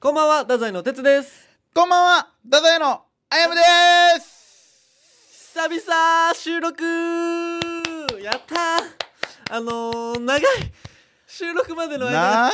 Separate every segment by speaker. Speaker 1: こんばんは、太宰の哲です。
Speaker 2: こんばんは、ダダヤのあやむです。
Speaker 1: 久々収録やったーあのー、長い収録までの間、
Speaker 2: 長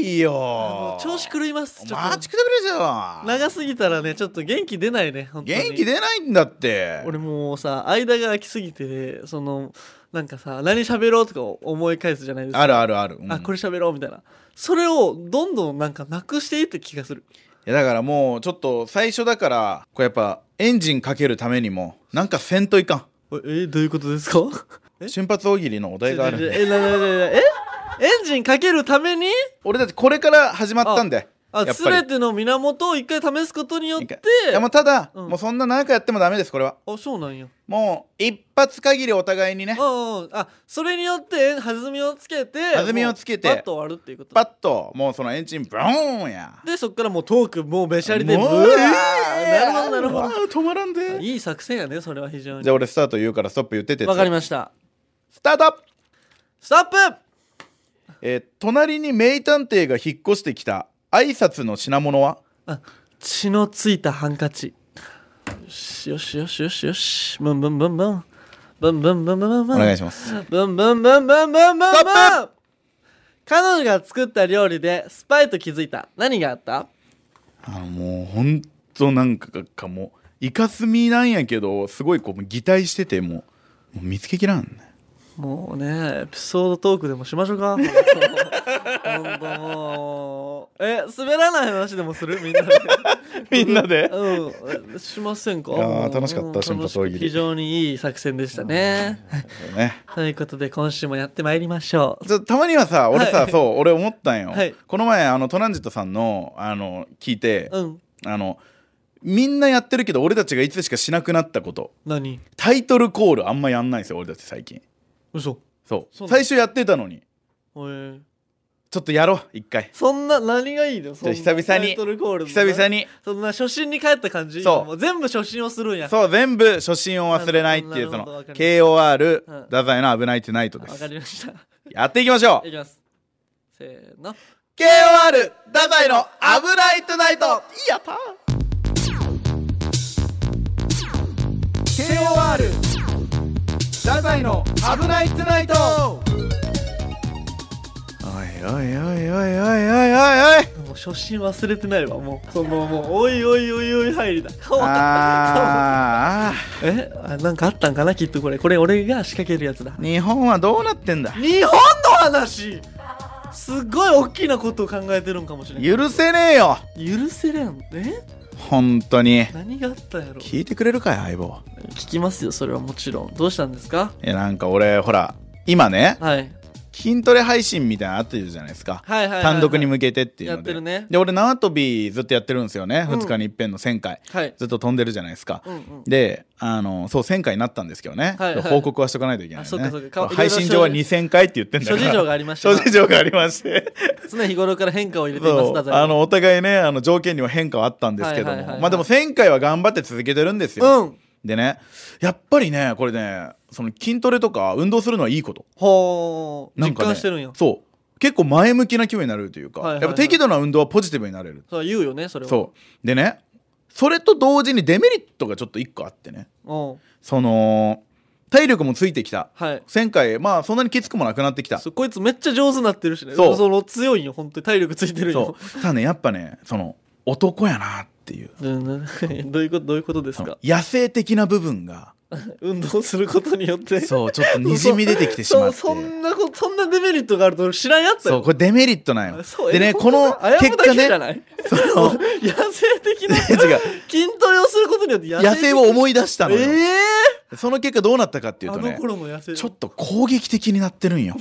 Speaker 2: い
Speaker 1: あの
Speaker 2: よ。
Speaker 1: 調子狂います。ちょ
Speaker 2: マ
Speaker 1: っ
Speaker 2: ジ
Speaker 1: と
Speaker 2: くてくれちゃうわ。
Speaker 1: 長すぎたらね、ちょっと元気出ないね、本当に
Speaker 2: 元気出ないんだって。
Speaker 1: 俺もうさ、間が空きすぎて、その、なんかさ、何喋ろうとか思い返すじゃないですか。
Speaker 2: あるあるある。うん
Speaker 1: あこれ喋ろうみたいなそれをどんどんなんかなくしていって気がする
Speaker 2: いやだからもうちょっと最初だからこうやっぱエンジンかけるためにもなんかせんといか
Speaker 1: ええどういうことですかえ
Speaker 2: ん。瞬発大喜利のお題があるんで。
Speaker 1: えななななえエンジンかけるために
Speaker 2: 俺だってこれから始まったんで。
Speaker 1: あ
Speaker 2: やっぱり
Speaker 1: 全ての源を一回試すことによっ
Speaker 2: 一
Speaker 1: て
Speaker 2: 回いやもうただ、
Speaker 1: うん
Speaker 2: もうそんな何回やってもダメですこれは。
Speaker 1: あそうなんや
Speaker 2: もう一発限りお互いにね
Speaker 1: あ。ああそれによって弾みをつけて
Speaker 2: 弾みをつけて
Speaker 1: もうパッと終わるっていうこと
Speaker 2: パッともうそのエンジンブーンや。
Speaker 1: でそっからもうトークもうべしゃりで
Speaker 2: もう
Speaker 1: ブワー
Speaker 2: え
Speaker 1: な
Speaker 2: ー
Speaker 1: るほどなるほど
Speaker 2: うわー止まらんで
Speaker 1: いい作戦やねそれは非常
Speaker 2: じゃ
Speaker 1: に
Speaker 2: あ俺スタート言うからストップ言ってて
Speaker 1: わかりました
Speaker 2: スタート、
Speaker 1: ストップ
Speaker 2: えー隣に名探偵が引っ越してきた挨拶の品物は
Speaker 1: あ血のついたハンカチよしよしよしよしよしブンブンブンブンブンブンブンブンブン
Speaker 2: お願い
Speaker 1: し
Speaker 2: します
Speaker 1: ますブンブンブンブンブンブンブン
Speaker 2: ストッ
Speaker 1: 彼女が作った料理でスパイと気づいた何があった
Speaker 2: あのもうほんとなんかかもうイカスミなんやけどすごいこう擬態しててもうもう見つけきらんね
Speaker 1: もうねエピソードトークでもしましょうかほんともうえ滑らない話でもするみんなで
Speaker 2: みんなで
Speaker 1: うんしませんか
Speaker 2: いやー楽しかっ
Speaker 1: う
Speaker 2: た
Speaker 1: ん
Speaker 2: 瞬
Speaker 1: 楽
Speaker 2: 発大
Speaker 1: し
Speaker 2: 喜
Speaker 1: く
Speaker 2: 利
Speaker 1: 非常にいい作戦でしたね
Speaker 2: ね
Speaker 1: ということで今週もやってまいりましょう
Speaker 2: ちょたまにはさ俺さ、
Speaker 1: はい
Speaker 2: そう俺思ったんよ、
Speaker 1: はい
Speaker 2: この前あのトランジットさんのあの聞いて、
Speaker 1: うん
Speaker 2: あのみんなやってるけど俺たちがいつしかしなくなったこと
Speaker 1: 何
Speaker 2: タイトルコールあんまやんないんですよ俺たち最近
Speaker 1: 嘘
Speaker 2: そう
Speaker 1: そうなの
Speaker 2: 最初やってたのに
Speaker 1: へえ
Speaker 2: ちょっとやろう一回
Speaker 1: そんな何がいいのそんな
Speaker 2: 久々に
Speaker 1: タイトルコールも
Speaker 2: 久々に
Speaker 1: そんな初心に帰った感じ
Speaker 2: そう
Speaker 1: も全部初心をするんや
Speaker 2: そう全部初心を忘れないっていうそ
Speaker 1: なるほど
Speaker 2: の
Speaker 1: なるほどわかりました
Speaker 2: KOR
Speaker 1: うん
Speaker 2: 太宰の危ないトゥナイトで
Speaker 1: わ
Speaker 2: す
Speaker 1: かりました
Speaker 2: やっていきましょう
Speaker 1: いきますせーの
Speaker 2: KOR 太宰の危ないトゥナイトやったー KOR 太宰の危ないトゥナイトおいおいお いおいおいおいおいおい
Speaker 1: もう初心忘れてないわもうそのもうおいおいおいおい入りだかわ
Speaker 2: あ
Speaker 1: いいえあなんかあったんかなきっとこれこれ俺が仕掛けるやつだ
Speaker 2: あ日本はどうなってんだ
Speaker 1: 日本の話すごい大きなことを考えてるんかもしれない
Speaker 2: 許せねえよ
Speaker 1: 許せれんえ
Speaker 2: 本当に
Speaker 1: 何があったやろ
Speaker 2: 聞いてくれるかい相棒
Speaker 1: 聞きますよそれはもちろんどうしたんですか
Speaker 2: えなんか俺ほら今ね
Speaker 1: はい
Speaker 2: 筋トレ配信みたいなのあってるじゃないですか
Speaker 1: はいはいはいはい
Speaker 2: 単独に向けてっていうので
Speaker 1: やってるね
Speaker 2: で俺縄跳びずっとやってるんですよね、
Speaker 1: うん
Speaker 2: 2日に一遍の1000回
Speaker 1: はい
Speaker 2: ずっと飛んでるじゃないですか、
Speaker 1: うんうん
Speaker 2: であのそう1000回になったんですけどね、
Speaker 1: はいはい
Speaker 2: 報告はしとかないといけない
Speaker 1: あ
Speaker 2: ね
Speaker 1: そうかそうかか
Speaker 2: 配信上は2000回って言ってんだ
Speaker 1: 諸
Speaker 2: から
Speaker 1: 事情がありました
Speaker 2: 諸事情がありまして
Speaker 1: 常日頃から変化を入れています
Speaker 2: そ
Speaker 1: 太
Speaker 2: う
Speaker 1: 宰
Speaker 2: あのお互いねあの条件には変化はあったんですけども、
Speaker 1: はいはいはいはい
Speaker 2: まあでも1000回は頑張って続けてるんですよ、
Speaker 1: うん
Speaker 2: でねやっぱりねこれねその筋トレとか運動するのはいいこと
Speaker 1: ほう、
Speaker 2: なん
Speaker 1: 実
Speaker 2: かね
Speaker 1: 感してるんよ
Speaker 2: そう結構前向きな気分になれるというか、
Speaker 1: はいはいはい
Speaker 2: やっぱ適度な運動はポジティブになれる
Speaker 1: そう言うよねそれは
Speaker 2: そうでねそれと同時にデメリットがちょっと一個あってね
Speaker 1: うん
Speaker 2: その体力もついてきた
Speaker 1: はい
Speaker 2: 前回まあそんなにきつくもなくなってきたそ
Speaker 1: そうこいつめっちゃ上手になってるしね
Speaker 2: そう
Speaker 1: その強いんよ本当に体力ついてるんよ
Speaker 2: うただねやっぱねその男やなっていう
Speaker 1: うん どういうことどういうことです
Speaker 2: その
Speaker 1: か
Speaker 2: 野生的な部分が
Speaker 1: 運動することによって
Speaker 2: そうちょっとにじみ出てきてしまって
Speaker 1: そうそんなことそんなデメリットがあると俺知らんやった
Speaker 2: そう
Speaker 1: よ
Speaker 2: これデメリットなんよ
Speaker 1: そう
Speaker 2: で
Speaker 1: え
Speaker 2: ね
Speaker 1: 本
Speaker 2: こ
Speaker 1: 当
Speaker 2: の
Speaker 1: だ
Speaker 2: 結
Speaker 1: 謝っ
Speaker 2: 果
Speaker 1: ただけじゃ
Speaker 2: ね
Speaker 1: ない
Speaker 2: そ
Speaker 1: もう
Speaker 2: の
Speaker 1: 野生的な
Speaker 2: 違う
Speaker 1: 筋トレをすることによって野
Speaker 2: 野生を思い出したの
Speaker 1: え
Speaker 2: よ、
Speaker 1: え
Speaker 2: その結果どうなったかっていう
Speaker 1: あ
Speaker 2: と
Speaker 1: の
Speaker 2: ね
Speaker 1: 頃の野生
Speaker 2: ちょっと攻撃的になってる んよ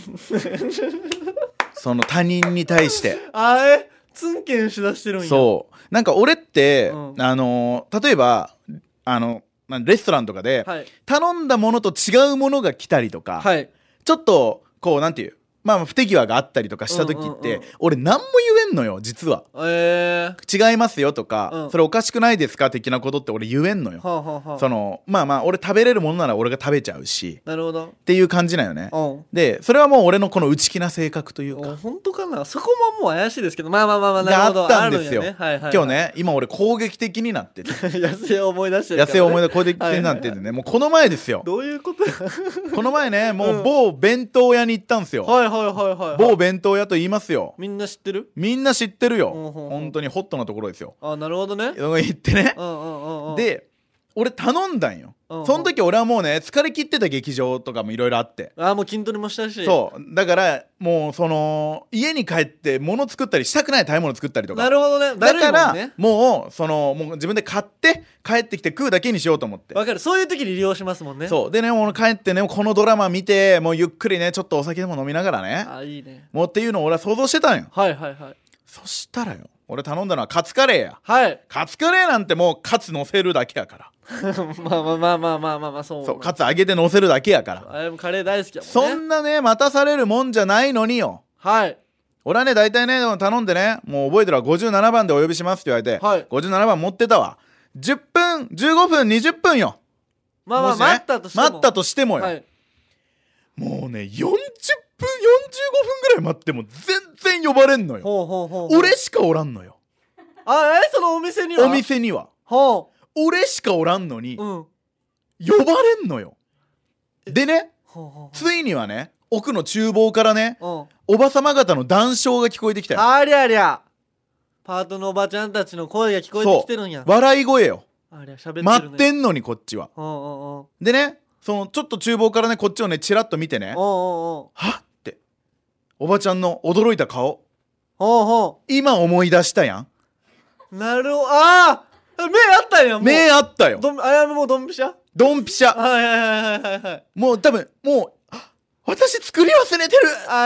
Speaker 2: その他人に対して
Speaker 1: あえツンケンしだしてるんや
Speaker 2: そうなんか俺って、
Speaker 1: うん
Speaker 2: あのー例えばあのまあレストランとかで、
Speaker 1: はい
Speaker 2: 頼んだものと違うものが来たりとか、
Speaker 1: はい
Speaker 2: ちょっとこうなんていうまあ不手際があったりとかした時って、
Speaker 1: うんうんうん
Speaker 2: 俺何も言えんのよ実は
Speaker 1: えー
Speaker 2: 違いますよとか、
Speaker 1: うん
Speaker 2: それおかしくないですか的なことって俺言えんのよ
Speaker 1: はあ、はあはあ、
Speaker 2: そのまあまあ俺食べれるものなら俺が食べちゃうし
Speaker 1: なるほど
Speaker 2: っていう感じなんよね
Speaker 1: うん
Speaker 2: でそれはもう俺のこの内気な性格という
Speaker 1: お
Speaker 2: か
Speaker 1: 本当かなそこももう怪しいですけどまあまあまあまあなる
Speaker 2: が
Speaker 1: ほど
Speaker 2: あったんですよ
Speaker 1: あるんやねはいはいはい、
Speaker 2: 今 日ね今俺攻撃的になってて
Speaker 1: 野生を思い出してる
Speaker 2: 野
Speaker 1: から、ね、
Speaker 2: 生を思い出攻撃的になっててねもうこの前ですよ
Speaker 1: どういう ことはい
Speaker 2: この前ねも
Speaker 1: ん
Speaker 2: う某弁当屋に行ったんですよ
Speaker 1: はいはいはい
Speaker 2: 某弁当屋と言いますよ
Speaker 1: みんな知ってる
Speaker 2: みんな知ってるよ
Speaker 1: うんうんうん
Speaker 2: 本当にホットなところですよ
Speaker 1: あなるほどね
Speaker 2: 行ってね
Speaker 1: うんうんうんうん
Speaker 2: で俺頼んだんよ
Speaker 1: うんうん
Speaker 2: その時俺はもうね疲れ切ってた劇場とかもいろいろあって
Speaker 1: あもう筋トレもしたし
Speaker 2: そうだからもうその家に帰って物作ったりしたくない食べ物作ったりとか
Speaker 1: なるほどねだ
Speaker 2: だ
Speaker 1: るい
Speaker 2: か
Speaker 1: も
Speaker 2: ら
Speaker 1: んね
Speaker 2: もうそのもう自分で買って帰ってきて食うだけにしようと思って
Speaker 1: わかるそういう時に利用しますもんね
Speaker 2: そうでねもう帰ってねこのドラマ見てもうゆっくりねちょっとお酒でも飲みながらね
Speaker 1: あいいね
Speaker 2: もうっていうのを俺は想像してたんよ
Speaker 1: はいはいはい
Speaker 2: そしたらよ俺頼んだのはカツカレーや
Speaker 1: はい。
Speaker 2: カツカレーなんてもうカツ乗せるだけやから
Speaker 1: まあまあまあまあまあまあまあそう。
Speaker 2: そうカツ揚げて乗せるだけやから
Speaker 1: あれもカレー大好きやもんね。
Speaker 2: そんなね待たされるもんじゃないのによ
Speaker 1: はい。
Speaker 2: 俺はね大体ね頼んでねもう覚えてるわ57番でお呼びしますって言われて、
Speaker 1: はい
Speaker 2: 57番持ってたわ10分15分20分よ
Speaker 1: まあまあ、
Speaker 2: もしね
Speaker 1: 待ったとしても。
Speaker 2: 待ったとしてもよ、
Speaker 1: はい。
Speaker 2: もうね40分45分ぐらい待っても全然呼ばれんのよ
Speaker 1: ほうほうほうほう。
Speaker 2: 俺しかおらんのよ
Speaker 1: あ、え、そのお店には
Speaker 2: お。店には
Speaker 1: ほ
Speaker 2: 俺しかおらんのに
Speaker 1: う。う
Speaker 2: 呼
Speaker 1: ん。
Speaker 2: ばれんのよでね
Speaker 1: ほうほう
Speaker 2: ついにはね奥の厨房からね
Speaker 1: ほう。
Speaker 2: おばさま方の談笑が聞こえてきた
Speaker 1: うん。
Speaker 2: よ
Speaker 1: ありゃりゃ。パートのおばちゃんたちの声が聞こえてきてるんや。
Speaker 2: 笑い声よ
Speaker 1: ありゃ、喋ってるね。
Speaker 2: 待ってんのにこっちは
Speaker 1: うんうんうん。
Speaker 2: でねそのちょっと厨房からねこっちをねチラッと見てねはっ
Speaker 1: ほう
Speaker 2: っておばちゃんの驚いた顔
Speaker 1: ほうほ
Speaker 2: 今思い出したやん
Speaker 1: う。なるほど。ああ目あったんや、もう。
Speaker 2: 目あったよ
Speaker 1: どんあれはもうドンピシャ
Speaker 2: ドンピシャ
Speaker 1: はいはいはいはいはい。
Speaker 2: もう多分もうあ私作り忘れてる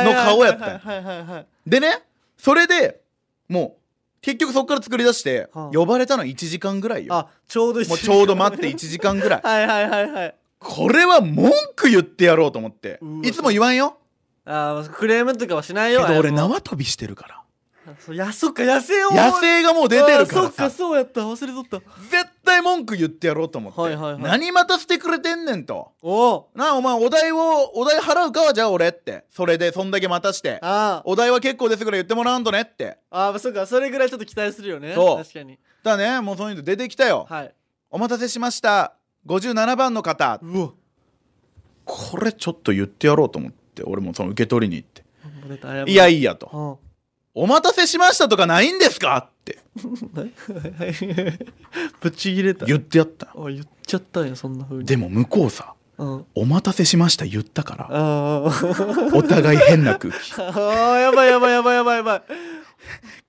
Speaker 2: の顔やったよ
Speaker 1: はいはいはいはい。
Speaker 2: でねそれでもう結局そこから作り出して
Speaker 1: はあ
Speaker 2: 呼ばれたの1時間ぐらいよ
Speaker 1: あ、ちょうど一緒
Speaker 2: もうちょうど待って1時 間ぐらい
Speaker 1: はいはいはいはい。
Speaker 2: これは文句言ってやろうと思って
Speaker 1: うわ
Speaker 2: いつも言わんよ
Speaker 1: あークレームとかはしない
Speaker 2: け
Speaker 1: よ。
Speaker 2: ど俺
Speaker 1: あれも
Speaker 2: 縄跳びしてるか
Speaker 1: そういや、そっか、野生を。
Speaker 2: ら野生がもう出てるか
Speaker 1: あーそ
Speaker 2: ら
Speaker 1: っか、
Speaker 2: さ
Speaker 1: そうやった。忘れとった。
Speaker 2: 絶対文句言ってやろうと思って、
Speaker 1: はいはいはい
Speaker 2: 何待たせてくれてんねんと
Speaker 1: おお。
Speaker 2: なあお前お代をお代払うかはじゃあ俺ってそれでそんだけ待たして
Speaker 1: あー
Speaker 2: お代は結構ですぐらい言ってもらわんとねって
Speaker 1: あー、そっか、それぐらいちょっと期待するよね。
Speaker 2: そう
Speaker 1: 確かに。
Speaker 2: だねもうそういうの出てきたよ、
Speaker 1: はい。
Speaker 2: お待たせしました57番の方
Speaker 1: うわ。
Speaker 2: これちょっと言ってやろうと思って俺もその受け取りに行って
Speaker 1: もう出た謝る
Speaker 2: いやいやと
Speaker 1: うんは
Speaker 2: お待たせしましたとかないんですかって
Speaker 1: いはいはいぶち切れた。
Speaker 2: 言ってやったよ
Speaker 1: おい言っちゃったんや、そんな風に。
Speaker 2: でも向こうさ
Speaker 1: うん。
Speaker 2: お待たせしました言ったから
Speaker 1: あー
Speaker 2: お互い変な空気
Speaker 1: あー、やばいやばいやばいやばいやばい。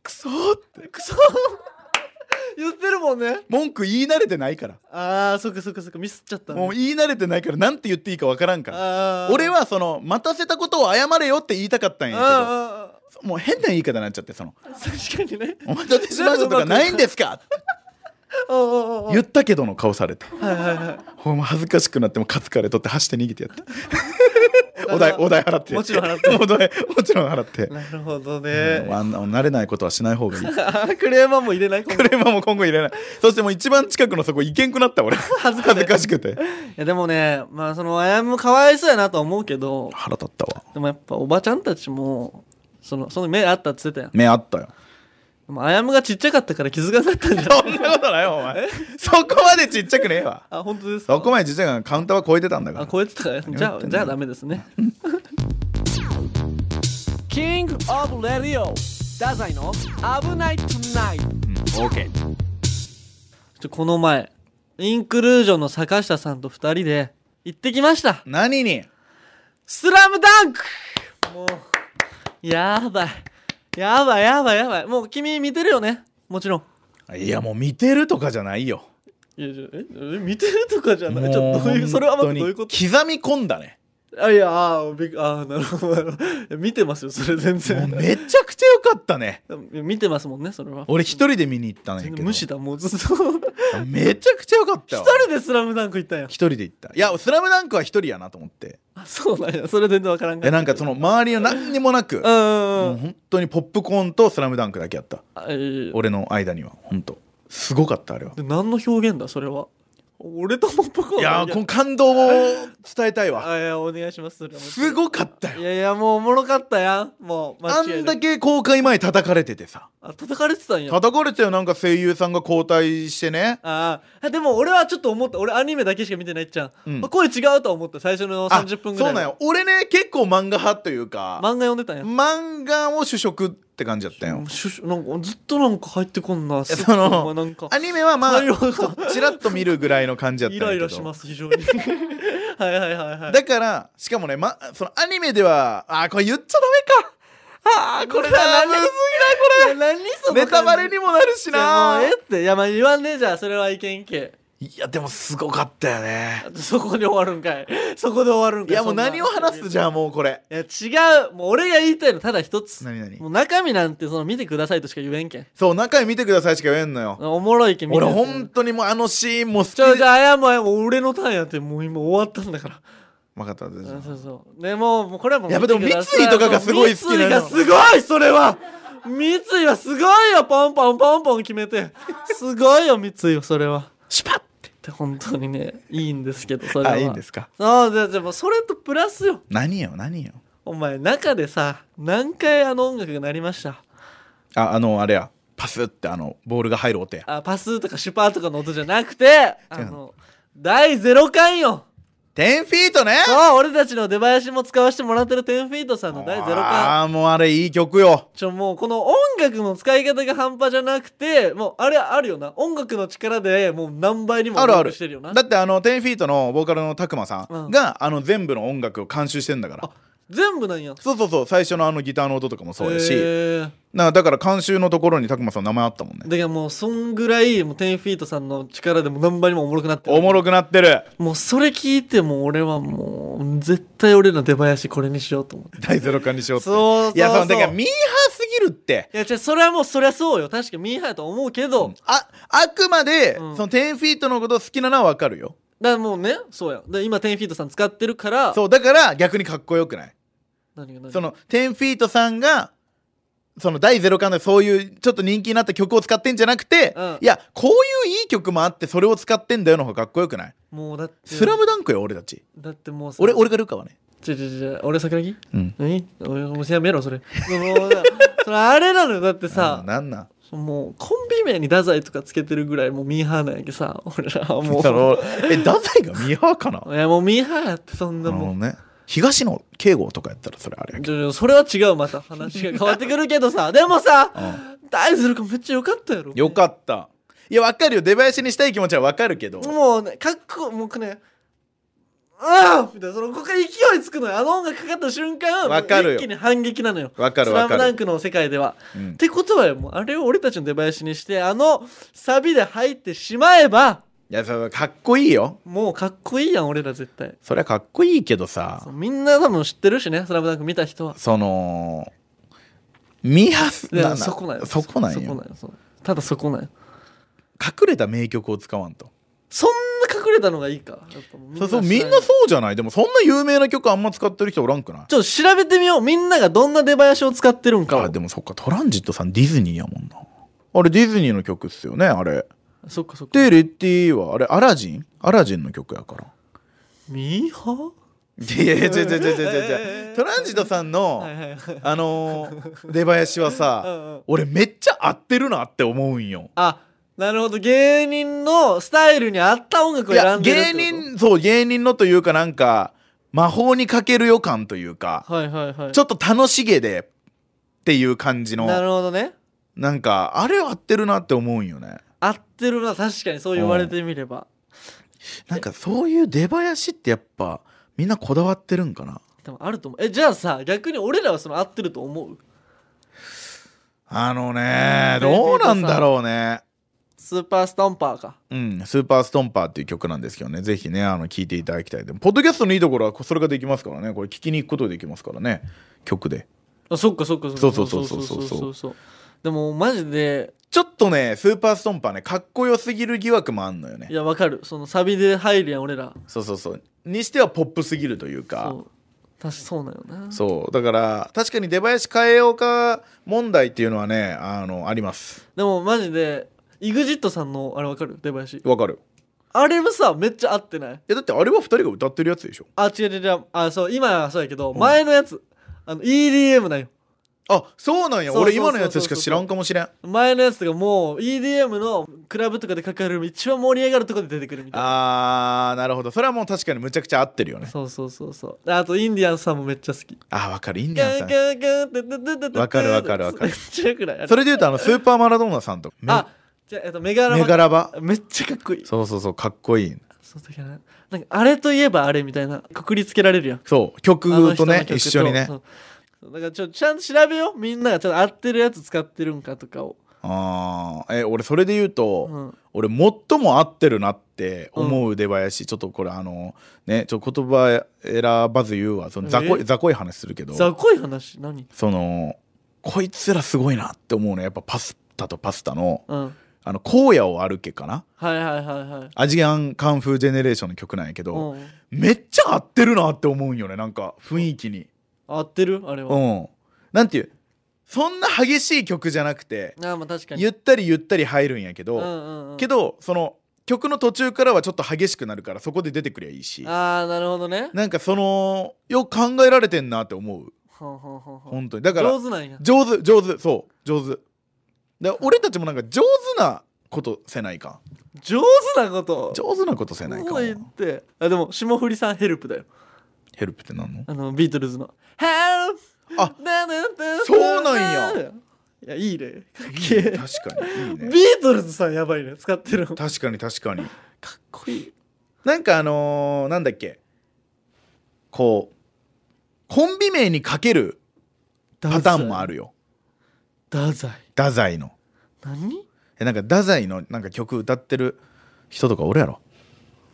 Speaker 2: くそーって
Speaker 1: くそ言ってるもんね
Speaker 2: 文句言い慣れてないから
Speaker 1: あーそっかそっかそっかミスっちゃったね
Speaker 2: もう言い慣れてないからなんて言っていいかわからんから
Speaker 1: あー
Speaker 2: 俺はその待たせたことを謝れよって言いたかったん
Speaker 1: うんう
Speaker 2: やけど
Speaker 1: んうん
Speaker 2: そもう変な言い方になっちゃってその
Speaker 1: 確かにね
Speaker 2: 「お待たせしました」とかないんですかって
Speaker 1: うんうんうん
Speaker 2: 言ったけどの顔されて
Speaker 1: はいはいは
Speaker 2: ほんま恥ずかしくなってもカツカレー取って走って逃げてや った
Speaker 1: い
Speaker 2: お代お代払って
Speaker 1: もちろん払って
Speaker 2: お代もちろん払って、
Speaker 1: なるほど
Speaker 2: うん
Speaker 1: ね
Speaker 2: あんな慣れないことはしない方がいい
Speaker 1: あ ークレーマーも入れないこ
Speaker 2: ク
Speaker 1: れい
Speaker 2: レーマーも今後入れないそしてもう一番近くのそこ行けんくなった俺恥
Speaker 1: ずかしい
Speaker 2: 恥ずかしく て
Speaker 1: やでもねまあそのあやむかわいそうやなとは思うけど
Speaker 2: 腹立ったわ
Speaker 1: でもやっぱおばちゃんたちもそのその目あったって言ってたやん
Speaker 2: 目あったよ
Speaker 1: でもあやむがちっちゃかったから気づかなかったんじゃん
Speaker 2: そんなことないよお前 そこまでちっちゃくねえわ
Speaker 1: あ本当ですか
Speaker 2: そこまでちっちゃくないカウンターは超えてたんだか
Speaker 1: あ
Speaker 2: ら
Speaker 1: 超えてたからじゃあじゃあダメです ねキングオブレディオダザイの危ないトゥナイ
Speaker 2: うんオーケー
Speaker 1: トこの前インクルージョンの坂下さんと二人で行ってきました
Speaker 2: 何に
Speaker 1: スラムダンクもうやばいやばいやばいやばいもう君見てるよねもちろん
Speaker 2: いやもう見てるとかじゃないよ
Speaker 1: いやじゃええ見てるとかじゃないちょっ
Speaker 2: も
Speaker 1: とどういうそれはまたどういう
Speaker 2: 本
Speaker 1: こと
Speaker 2: 当に刻み込んだね
Speaker 1: あいやあーびっあーなるほどなるほどいや見てますよそれ全
Speaker 2: もう
Speaker 1: 然
Speaker 2: めちゃくちゃ良かったね
Speaker 1: いや見てますもんねそれは
Speaker 2: 俺一人で見に行ったんやけ
Speaker 1: 全
Speaker 2: ど
Speaker 1: 然無視だもうずっと一
Speaker 2: めちゃくちゃ良かったわ
Speaker 1: 人で「スラムダンク行ったんや
Speaker 2: 一人で行ったいや「スラムダンクは一人やなと思って
Speaker 1: あそうなんやそれ全然わからんか
Speaker 2: え
Speaker 1: った
Speaker 2: なんかその周りの何にもなく
Speaker 1: う
Speaker 2: も
Speaker 1: んうんう
Speaker 2: うん本当にポップコーンと「スラムダンクだけやった
Speaker 1: あいやいやいや
Speaker 2: 俺の間には本当すごかったあれは
Speaker 1: で何の表現だそれは俺とポップコーン
Speaker 2: いやーこの感動を伝えたいわ
Speaker 1: あいやお願いしますそれは
Speaker 2: すごかった
Speaker 1: い
Speaker 2: よ
Speaker 1: やいやもうおもろかったやんもう
Speaker 2: あ
Speaker 1: 間違い
Speaker 2: ん
Speaker 1: な
Speaker 2: だ
Speaker 1: く
Speaker 2: け公開前叩かれててさ
Speaker 1: あ叩かれてたんや
Speaker 2: 叩かれてたよなんか声優さんが交代してね
Speaker 1: あーあでも俺はちょっと思った俺アニメだけしか見てないっちゃん、
Speaker 2: うん
Speaker 1: まあ声違うとは思った最初の
Speaker 2: あ
Speaker 1: 30分ぐらい
Speaker 2: そうなんよ俺ね結構漫画派というか
Speaker 1: 漫画読んでたんや
Speaker 2: 漫画を主食って感じだったよ
Speaker 1: うんシュシュなんかずっとなんか入ってこんな
Speaker 2: や
Speaker 1: すっ
Speaker 2: その
Speaker 1: ごいなんか
Speaker 2: アニメはまあ
Speaker 1: 会話が
Speaker 2: ちらっと見るぐらいの感じだったん
Speaker 1: イ
Speaker 2: や
Speaker 1: ラ
Speaker 2: け
Speaker 1: イ
Speaker 2: ど
Speaker 1: ラします非常 にはいはいはいはい
Speaker 2: だからしかもね、ま、そのアニメではあーこれ言っちゃダメかあーこれだ
Speaker 1: 何これ何その感じ
Speaker 2: ネタバレにもなるし
Speaker 1: いや
Speaker 2: な
Speaker 1: もうええっていやまあ言わんねえじゃあそれはいけんけ
Speaker 2: いやでもすごかったよね
Speaker 1: あと そこで終わるんかい そこで終わるんか
Speaker 2: い
Speaker 1: い
Speaker 2: やもう何を話すじ
Speaker 1: ん
Speaker 2: ゃあもうこれ
Speaker 1: いや違うもう俺が言いたいのただ一つ
Speaker 2: 何何
Speaker 1: もう中身なんてその見てくださいとしか言えんけん
Speaker 2: そう中身見てくださいしか言えんのよ
Speaker 1: おもろいけん見て
Speaker 2: 俺
Speaker 1: やつ
Speaker 2: 本当にもうあのシーンも好き
Speaker 1: ちょじゃあ謝れもう俺のターンやってもう今終わったんだから
Speaker 2: 分かった
Speaker 1: あそうそうでももうこれはもう
Speaker 2: やっぱでも
Speaker 1: 見てくださ
Speaker 2: 三井とかがすごい好きなの
Speaker 1: 三井がすごいそれは三井はすごいよポンポンポンポン決め てすごいよ三井はそれは
Speaker 2: シュパッて
Speaker 1: で本当にねいいんですけどそれは
Speaker 2: あいいんですか
Speaker 1: あじゃあじゃあもうそれとプラスよ
Speaker 2: 何よ何よ
Speaker 1: お前中でさ何回あの音楽が鳴りました
Speaker 2: ああのあれやパスってあのボールが入る音や
Speaker 1: あパスとかシュパーとかの音じゃなくてあ
Speaker 2: 違う
Speaker 1: の第0回よ
Speaker 2: 10フィートね
Speaker 1: そう俺たちの出囃子も使わせてもらってる10フィートさんの第0回
Speaker 2: ああもうあれいい曲よ
Speaker 1: ちょもうこの音楽の使い方が半端じゃなくてもうあれあるよな音楽の力でもう何倍にも
Speaker 2: あるあ
Speaker 1: 音
Speaker 2: る
Speaker 1: くしてるよな
Speaker 2: だってあの10フィートのボーカルのたくまさ
Speaker 1: うん
Speaker 2: んがあの全部の音楽を監修してんだから
Speaker 1: あ全部なんや
Speaker 2: そうそうそう最初のあのギターの音とかもそうやし、
Speaker 1: へー
Speaker 2: なだから監修のところにたくまさんの名前あったもんね
Speaker 1: だからもうそんぐらいもう10フィートさんの力でも何倍にもおもろくなってる
Speaker 2: おもろくなってる
Speaker 1: もうそれ聞いてもう俺はもう絶対俺らの出囃子これにしようと思って
Speaker 2: 第ゼロ感にしようって
Speaker 1: そうそうそう
Speaker 2: いやそのだからミーハーすぎるって
Speaker 1: いやじゃそれはもうそりゃそうよ確かミーハーやと思うけど、だか
Speaker 2: ああくまで、
Speaker 1: うん
Speaker 2: その10フィートのこと好きなのはわかるよ
Speaker 1: らもうねそうやで今10フィートさん使ってるから
Speaker 2: そうだから逆にかっこよくない
Speaker 1: 何が何が
Speaker 2: その10フィートさんがその第ゼロ感でそういうちょっと人気になった曲を使ってんじゃなくて、
Speaker 1: うん
Speaker 2: いやこういういい曲もあってそれを使ってんだよの方がかっこよくない、
Speaker 1: もうだって
Speaker 2: スラムダンクよ俺たち
Speaker 1: だってもうさ
Speaker 2: 俺俺がルカはね
Speaker 1: ちょちょちょ俺桜木
Speaker 2: うん
Speaker 1: 何俺もうやめろそれ もうなそれあれなのよだって
Speaker 2: あ
Speaker 1: さ
Speaker 2: なんなん
Speaker 1: もうコンビ名に太宰とかつけてるぐらいもうミーハーなんやけさ俺らは も
Speaker 2: だ
Speaker 1: う
Speaker 2: ろえ太宰がミーハーかな
Speaker 1: いやもうミーハーやってそんな
Speaker 2: なるほ
Speaker 1: も
Speaker 2: ど
Speaker 1: ん
Speaker 2: ね東野圭吾とかやったらそれあれやけ
Speaker 1: ちょちょそれは違うまた話が変わってくるけどさ でもさ
Speaker 2: ど、うん
Speaker 1: 大ズル君めっちゃ良かったやろ
Speaker 2: よかったいやわかるよ出囃子にしたい気持ちはわかるけど
Speaker 1: もうねかっこもうねああみたいなそのここから勢いつくのよあの音楽かかった瞬間
Speaker 2: わかるよ
Speaker 1: 一気に反撃なのよ
Speaker 2: わかる
Speaker 1: スラ
Speaker 2: わか
Speaker 1: ムダン
Speaker 2: る、
Speaker 1: クの世界では
Speaker 2: うん
Speaker 1: ってことはよもうあれを俺たちの出囃子にしてあのサビで入ってしまえば
Speaker 2: いやそれかっこいいよ
Speaker 1: もうかっこいいやん俺ら絶対
Speaker 2: そりゃかっこいいけどさ
Speaker 1: そうみんな多分知ってるしね「スラムダンク見た人は
Speaker 2: そのミーハース
Speaker 1: いや
Speaker 2: な
Speaker 1: そこなんよ
Speaker 2: そこなんよ
Speaker 1: そこなんよそうただそこなんよ
Speaker 2: 隠れた名曲を使わんと
Speaker 1: そんな隠れたのがいいかやっぱも
Speaker 2: そうそうみ
Speaker 1: 知
Speaker 2: ん
Speaker 1: ら
Speaker 2: なそうじゃないでもそんな有名な曲あんま使ってる人おらんくない
Speaker 1: ちょっと調べてみようみんながどんな出囃子を使ってるんかを
Speaker 2: あでもそっかトランジットさんディズニーやもんなあれディズニーの曲っすよねあれ
Speaker 1: そっかそっか
Speaker 2: テレティはあれアラジンアラジンの曲やから
Speaker 1: ミーハ
Speaker 2: いやいや違う違う違う違う違
Speaker 1: え
Speaker 2: う
Speaker 1: ー
Speaker 2: トランジットさんの、
Speaker 1: ーはいはいはい
Speaker 2: あのー出囃子は
Speaker 1: う
Speaker 2: さ
Speaker 1: んうん
Speaker 2: 俺めっちゃ合ってるなって思うんよ
Speaker 1: あなるほど芸人のスタイルに合った音楽
Speaker 2: い
Speaker 1: を
Speaker 2: や
Speaker 1: 選んでるって
Speaker 2: 芸
Speaker 1: こと
Speaker 2: 人そう芸人のというかなんか魔法にかける予感というか
Speaker 1: はいはいはい
Speaker 2: ちょっと楽しげでっていう感じ
Speaker 1: な
Speaker 2: の
Speaker 1: るほどね
Speaker 2: なんかあれ合ってるなって思うんよね
Speaker 1: 合ってるな確かにそう言われてみれば、
Speaker 2: なんかそういう出囃子ってやっぱみんなこだわってるんかな
Speaker 1: でもあると思うえじゃあさ逆に俺らはその合ってると思う
Speaker 2: あのね
Speaker 1: うん
Speaker 2: どうなんだろうね
Speaker 1: スーパーストンパーか
Speaker 2: うん、スーパーストンパーっていう曲なんですけどね、ぜひね、あの、聴いていただきたい。でも、ポッドキャストのいいところは、それができますからね、これ、聞きに行くことができますからね、曲で。
Speaker 1: あそっかそっか
Speaker 2: そうそうそうそうそう
Speaker 1: そうそうでもマジで
Speaker 2: ちょっとね、スーパーストンパーね、かっこよすぎる疑惑もあんのよね
Speaker 1: い。やわかるそのサビで入るやん俺ら
Speaker 2: そうそうそう。にしてはポップすぎるというか
Speaker 1: そ、う確かそうなよな
Speaker 2: そう、だから、確かに出囃子変えようか問題っていうのはね、あの、あります。
Speaker 1: でもマジで EXIT さんのあれわかる出囃子
Speaker 2: わかる。
Speaker 1: あれもさめっちゃ合ってない
Speaker 2: いや、だってあれは2人が歌ってるやつでしょ。
Speaker 1: あ違う違う違うあそう今はそうやけど、前のやつあの EDM なんよ
Speaker 2: あ、そうなん
Speaker 1: そうそう
Speaker 2: や。
Speaker 1: そう
Speaker 2: 俺、
Speaker 1: そう
Speaker 2: 今のやつしか知らんかもしれん。
Speaker 1: 前のやつがもう EDM のクラブとかでかかる一番盛り上がるとこで出てくるみたいな
Speaker 2: あー、なるほど。それはもう確かにむちゃくちゃ合ってるよね。
Speaker 1: そうそうそうそうであとインディアンスさんもめっちゃ好き
Speaker 2: あー、わかる。インディアンさん。
Speaker 1: わ
Speaker 2: わかるわかるわかる
Speaker 1: めっちゃよくないあれ
Speaker 2: それで言うとあのスーパーマラドーナさんとかめ
Speaker 1: あじゃあえっとメガラ
Speaker 2: メガ
Speaker 1: マ
Speaker 2: ラバ
Speaker 1: めっちゃかっこいい
Speaker 2: そうそうそうかっこいい
Speaker 1: そうだからなんかあれといえばあれみたいなくくりつけられるやん
Speaker 2: そう
Speaker 1: あの
Speaker 2: 曲
Speaker 1: 人
Speaker 2: と
Speaker 1: の
Speaker 2: ね
Speaker 1: 曲
Speaker 2: 一緒にね
Speaker 1: そうそうだからちょちゃんと調べようみんながちゃんと合ってるやつ使ってるんかとかを、
Speaker 2: あーえ俺それで言うと、
Speaker 1: うん、
Speaker 2: 俺最も合ってるなって思う出囃子、ちょっとこれあのねちょっと言葉選ばず言うわその雑魚い
Speaker 1: え
Speaker 2: 雑魚い話するけど
Speaker 1: 雑魚い話何
Speaker 2: そのこいつらすごいなって思うのはやっぱパスタとパスタの
Speaker 1: うん
Speaker 2: あの荒野を歩けかな
Speaker 1: はいはいはいはい
Speaker 2: アジアンカンフージェネレーションの曲なんやけど、
Speaker 1: うん
Speaker 2: めっちゃ合ってるなって思うんよねなんか雰囲気に。
Speaker 1: 合ってるあれは
Speaker 2: うん。なんていう、そんな激しい曲じゃなくて、
Speaker 1: ああまあ確かに
Speaker 2: ゆったりゆったり入るんやけ
Speaker 1: うんう
Speaker 2: ど、
Speaker 1: んうん
Speaker 2: けど、その、曲の途中からはちょっと激しくなるから、そこで出てくりゃいいし、
Speaker 1: ああなるほどね
Speaker 2: なんかその、よく考えられてんなって思う。
Speaker 1: ほんほんほんほん
Speaker 2: 本当に。だから
Speaker 1: 上、手なんや
Speaker 2: 上手、上手、そう、上手。だから俺たちもなんか上手なことせないか
Speaker 1: 上手なこと
Speaker 2: ん。上手なことせないか
Speaker 1: 多いっ
Speaker 2: ん。
Speaker 1: てあでも霜降りさんヘルプだよ
Speaker 2: ヘルプってなんの
Speaker 1: あのビートルズの「ヘルプ!」
Speaker 2: あそうなん
Speaker 1: やいやいいねかっけえ
Speaker 2: 確かにいい
Speaker 1: ビー
Speaker 2: ね。
Speaker 1: トルズさんやばいね使ってるのか
Speaker 2: 確かに確かに。
Speaker 1: っこいい
Speaker 2: なんかあのーなんだっけこうコンビ名にかけるパターンもあ
Speaker 1: る
Speaker 2: るよ
Speaker 1: 太宰
Speaker 2: 太宰の
Speaker 1: 何
Speaker 2: えなんか太宰のなんか曲歌ってる人とかおるやろ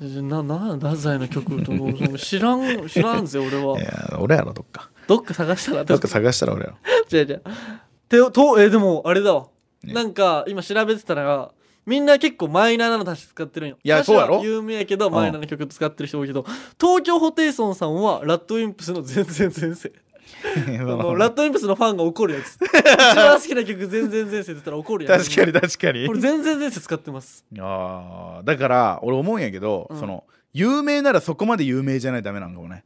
Speaker 1: じゃなな太宰の曲とか知ら ん知らんぜ俺
Speaker 2: い
Speaker 1: は
Speaker 2: や俺やろどっか
Speaker 1: どっか探したら
Speaker 2: どっか探したら俺やろ
Speaker 1: 違う違うてをとえでもあれだわ、
Speaker 2: ね
Speaker 1: なんか今調べてたらみんな結構マイナーなの歌詞使ってるんよ
Speaker 2: いや
Speaker 1: 歌詞は
Speaker 2: そうやろ
Speaker 1: 有名やけどマイナーな曲使ってる人多いけど東京ホテイソンさんはラッドウィンプスの 全然前世あ のラッドウィンプスのファンが怒るやつ一番好きな曲全然前世って言ったら怒るやつ
Speaker 2: 確かに確かに
Speaker 1: これ全然前世使ってます
Speaker 2: あーだから俺思うんやけど、
Speaker 1: うん
Speaker 2: その有名ならそこまで有名じゃないとダメなんかもね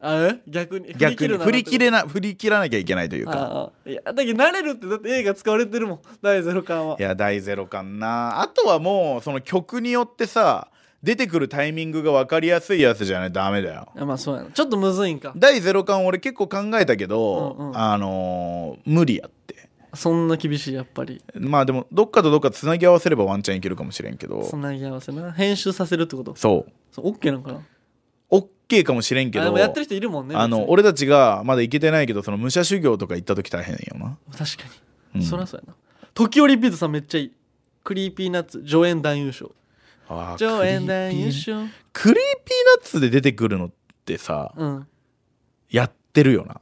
Speaker 1: あえ逆に
Speaker 2: 逆に振り切
Speaker 1: る
Speaker 2: れな振り切らなきゃいけないという
Speaker 1: な
Speaker 2: か
Speaker 1: ああいやだけど慣れるってだって映画使われてるもん第ゼロ感はい
Speaker 2: や大ゼロ感なあとはもうその曲によってさ出てくるタイミングが分かりやすいやつじゃないとダメだよ
Speaker 1: いやまあそうやなちょっとむずいんか
Speaker 2: 第ゼロ感俺結構考えたけど、
Speaker 1: うんうん
Speaker 2: あのー無理やって
Speaker 1: そんな厳しいやっぱり
Speaker 2: まあでもどっかとどっかつなぎ合わせればワンチャンいけるかもしれんけ
Speaker 1: つ
Speaker 2: ど
Speaker 1: なぎ合わせな編集させるってこと
Speaker 2: そう
Speaker 1: そうオッケーなのかな
Speaker 2: オッケーかもしれんけ
Speaker 1: あ
Speaker 2: ど
Speaker 1: でもやってる人いるもんね
Speaker 2: あ
Speaker 1: 別
Speaker 2: の
Speaker 1: に
Speaker 2: 俺たちがまだ行けてないけどその武者修行とか行った時大変よな、
Speaker 1: 確か
Speaker 2: う
Speaker 1: に、
Speaker 2: ん
Speaker 1: そりゃそうやな時折ビートさんめっちゃいいクリーピーナッツ助演男優賞
Speaker 2: あー
Speaker 1: 助演男優賞
Speaker 2: クリーピーナッツで出てくるのってさ
Speaker 1: うん
Speaker 2: やってるよな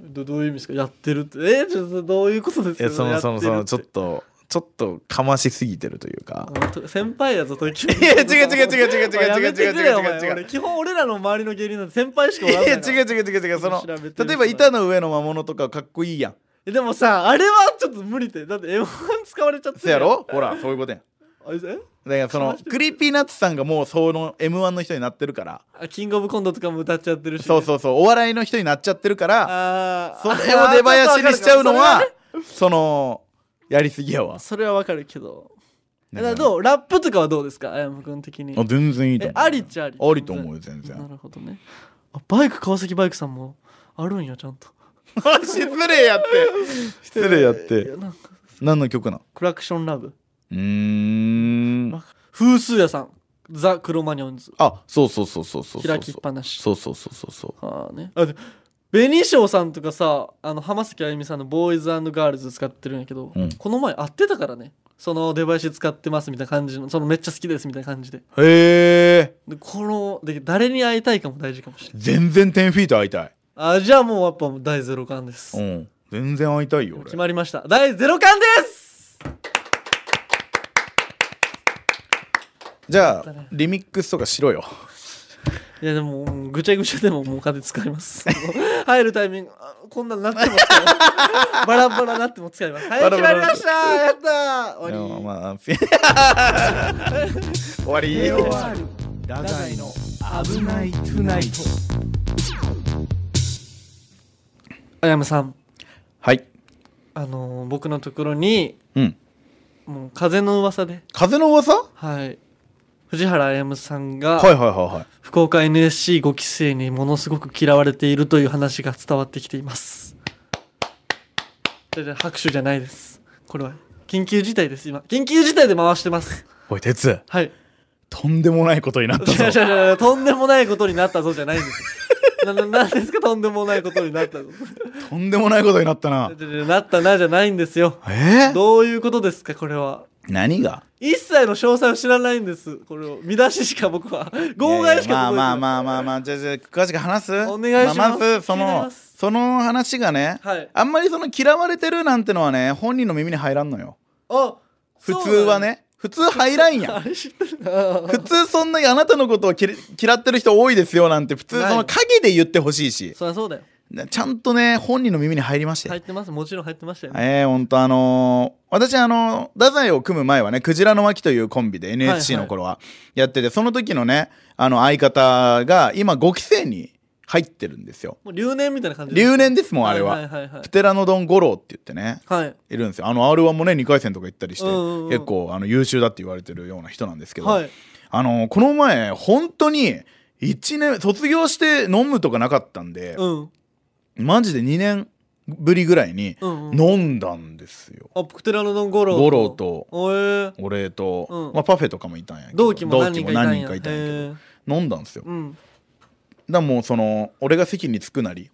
Speaker 1: どどういう意味ですかやってるってえー、ちょっとどういうことです
Speaker 2: え
Speaker 1: か
Speaker 2: そのそのそのちょっ
Speaker 1: と
Speaker 2: とちょっとかましすぎてるというか
Speaker 1: 先輩やぞ時折
Speaker 2: いや違う違う違う違う違う違う違う違う
Speaker 1: お前やめてくれよお前
Speaker 2: 違う違う
Speaker 1: 俺基本俺らの周りの芸人なんて先輩しか
Speaker 2: い
Speaker 1: おらん
Speaker 2: や
Speaker 1: か
Speaker 2: 違
Speaker 1: ら
Speaker 2: う違う違う違う違うその
Speaker 1: 調べてる人だ
Speaker 2: 例えば板の上の魔物とかかっこいいやん
Speaker 1: えでもさあれはちょっと無理ってだって M1 使われちゃって
Speaker 2: そやろほらそういうことやん
Speaker 1: あれえ
Speaker 2: だからそのクリーピーナッツさんがもうその m 1の人になってるから
Speaker 1: あキングオブコントとかも歌っちゃってるし
Speaker 2: そうそうそうお笑いの人になっちゃってるから
Speaker 1: あー
Speaker 2: それを出囃子にしちゃうの
Speaker 1: あ
Speaker 2: は
Speaker 1: ー
Speaker 2: そのやりすぎやわ
Speaker 1: それはわかるけどえだから
Speaker 2: う
Speaker 1: どうラップとかはどうですかあやむ君的に
Speaker 2: あ全然いいと
Speaker 1: え
Speaker 2: 思う
Speaker 1: ありっちゃあり
Speaker 2: ありと思うよ全
Speaker 1: な
Speaker 2: 然
Speaker 1: るほどねあバイク川崎バイクさんもあるんやちゃんと
Speaker 2: 失礼やって 失礼やって
Speaker 1: いなんか
Speaker 2: 何の曲なん
Speaker 1: クラクションラブ
Speaker 2: うーん
Speaker 1: 風数屋さんザ・クロマニョンズ
Speaker 2: あそうそうそうそうそうそう
Speaker 1: 開きっぱなし
Speaker 2: そうそうそうそうそう
Speaker 1: あーねあで紅翔さんとかさあの浜崎あゆみさんのボーイズガールズ使ってるんやけど、
Speaker 2: うん
Speaker 1: この前会ってたからねそのデバイス使ってますみたいな感じのそのめっちゃ好きですみたいな感じで
Speaker 2: へえ
Speaker 1: でこので誰に会いたいかも大事かもしれない
Speaker 2: 全然10フィート会いたい
Speaker 1: あじゃあもうやっぱ第ゼロ感です
Speaker 2: うん全然会いたいよ
Speaker 1: 決
Speaker 2: 俺
Speaker 1: まりました第ゼロ感です
Speaker 2: じゃあリミックスとかしろよ
Speaker 1: いやでもうんぐちゃぐちゃでももう金使います 入るタイミングあこんなんなってます からバラバラなっても使いますはい
Speaker 2: バラ
Speaker 1: 決
Speaker 2: バ
Speaker 1: ま
Speaker 2: ラ
Speaker 1: りましたやったー終
Speaker 2: で
Speaker 1: わ
Speaker 2: も
Speaker 1: り
Speaker 2: まあ終 わりよ太宰の危ないトゥナイト
Speaker 1: あやむさん
Speaker 2: はい
Speaker 1: あのー僕のところに
Speaker 2: うん
Speaker 1: もう風の噂で
Speaker 2: 風の噂は
Speaker 1: はい藤原あやむさん
Speaker 2: い
Speaker 1: が
Speaker 2: はいはいはい
Speaker 1: 福岡 NSC5 期生にものすごく嫌われているという話が伝わってきていますそれで拍手じゃないですこれは緊急事態です今緊急事態で回してます
Speaker 2: おい哲
Speaker 1: はい
Speaker 2: とんでもないことになっ
Speaker 1: いや
Speaker 2: た
Speaker 1: い
Speaker 2: ぞ
Speaker 1: やいやいやとんでもないことになったぞじゃないんですよなななんですかとんでもないことになったぞ
Speaker 2: とんでもないことになったない
Speaker 1: やいやいやなったなじゃないんですよ
Speaker 2: えー、
Speaker 1: どういうことですかこれは
Speaker 2: 何が
Speaker 1: 一切の詳細を知らないんですこれを見出ししか僕は号外しか僕
Speaker 2: ま
Speaker 1: あ
Speaker 2: あまあまあまあまあじゃあじゃあ詳しく話す
Speaker 1: お願いします
Speaker 2: あまずそ
Speaker 1: 気になり
Speaker 2: の
Speaker 1: ます
Speaker 2: その話がね、
Speaker 1: はい
Speaker 2: あんまりその嫌われてるなんてのはね本人の耳に入らんのよ
Speaker 1: あ
Speaker 2: 普通はね普通入らん
Speaker 1: そうなんだ
Speaker 2: や
Speaker 1: あ
Speaker 2: ん
Speaker 1: れ知ってるな
Speaker 2: 普通そんなにあなたのことをきれ嫌ってる人多いですよなんて普通
Speaker 1: ない
Speaker 2: その陰で言ってほしいし
Speaker 1: そりゃそうだよ
Speaker 2: ちゃんとね本人の耳に入りまして、
Speaker 1: 入ってますもちろん入ってましたよ、ね
Speaker 2: えー、ほんとあのー私あのー太宰を組む前はね「クジラの巻」というコンビで NSC
Speaker 1: はいはい
Speaker 2: の頃はやってて、その時のねあの相方が今5期生に入ってるんですよ
Speaker 1: もう留年みたいな感じ
Speaker 2: 留年ですもんあれは、
Speaker 1: いはいはいはい
Speaker 2: プテラノドン五郎って言ってね
Speaker 1: はい
Speaker 2: いるんですよあの r 1もね2回戦とか行ったりして、
Speaker 1: うんうんうん
Speaker 2: 結構あの優秀だって言われてるような人なんですけど、
Speaker 1: はい
Speaker 2: あのーこの前本当に1年卒業して飲むとかなかったんで、
Speaker 1: うん
Speaker 2: マジで2年ぶりぐらいに
Speaker 1: うんうん
Speaker 2: 飲んだんですよ、
Speaker 1: あプクテラノドンゴロ
Speaker 2: 五郎と
Speaker 1: おえー
Speaker 2: お礼と、
Speaker 1: うん
Speaker 2: まあ、パフェとかもいたんやけど
Speaker 1: 同期も何人かいたん
Speaker 2: 同期も何人
Speaker 1: や
Speaker 2: かいたんや
Speaker 1: へ
Speaker 2: け
Speaker 1: ー
Speaker 2: ど飲んだんですよだか
Speaker 1: うん
Speaker 2: らもうその俺が席に着くなり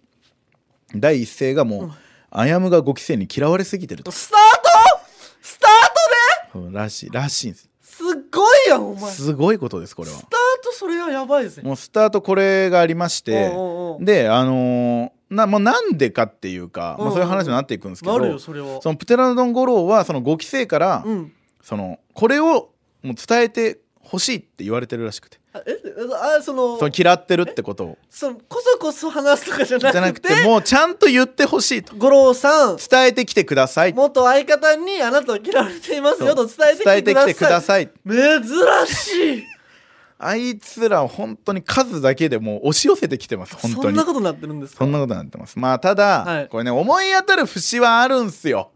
Speaker 2: 第一声がもう、
Speaker 1: うん
Speaker 2: アヤムがご期生に嫌われすぎてると、
Speaker 1: スタートスタートで
Speaker 2: うんらしいらしいんです
Speaker 1: すっごいやんお前ス
Speaker 2: すごいことですこれは
Speaker 1: タートそれはやばいぜ
Speaker 2: もうスタートこれがありまし
Speaker 1: お
Speaker 2: て
Speaker 1: うおうおう
Speaker 2: であのーなもうなんでかっていうか、まあ、そういう話になっていくんですけど、
Speaker 1: なるよそれは
Speaker 2: そのプテラノドン五郎はその5期生から、
Speaker 1: うん
Speaker 2: そのこれをもう伝えてほしいって言われてるらしくて
Speaker 1: あえあその
Speaker 2: その嫌ってるってことを
Speaker 1: そのこそこそ話すとかじゃ
Speaker 2: じゃな
Speaker 1: な
Speaker 2: く
Speaker 1: く
Speaker 2: て
Speaker 1: て
Speaker 2: もうちゃんと言ってほしいと
Speaker 1: 五郎さん
Speaker 2: 伝えてきてください
Speaker 1: 元相方にあなたは嫌われていますよと伝
Speaker 2: 伝
Speaker 1: え
Speaker 2: え
Speaker 1: て
Speaker 2: て
Speaker 1: きて
Speaker 2: きて
Speaker 1: く
Speaker 2: く
Speaker 1: だ
Speaker 2: だ
Speaker 1: さい
Speaker 2: さい
Speaker 1: 珍しい
Speaker 2: あいつら本当に数だけでもう押し寄せてきてます本
Speaker 1: そ
Speaker 2: 当
Speaker 1: ん
Speaker 2: に
Speaker 1: なことになってるんです
Speaker 2: そ
Speaker 1: か
Speaker 2: んなことになってますまあただ、
Speaker 1: はい
Speaker 2: これね思い当たる節はあるんすよ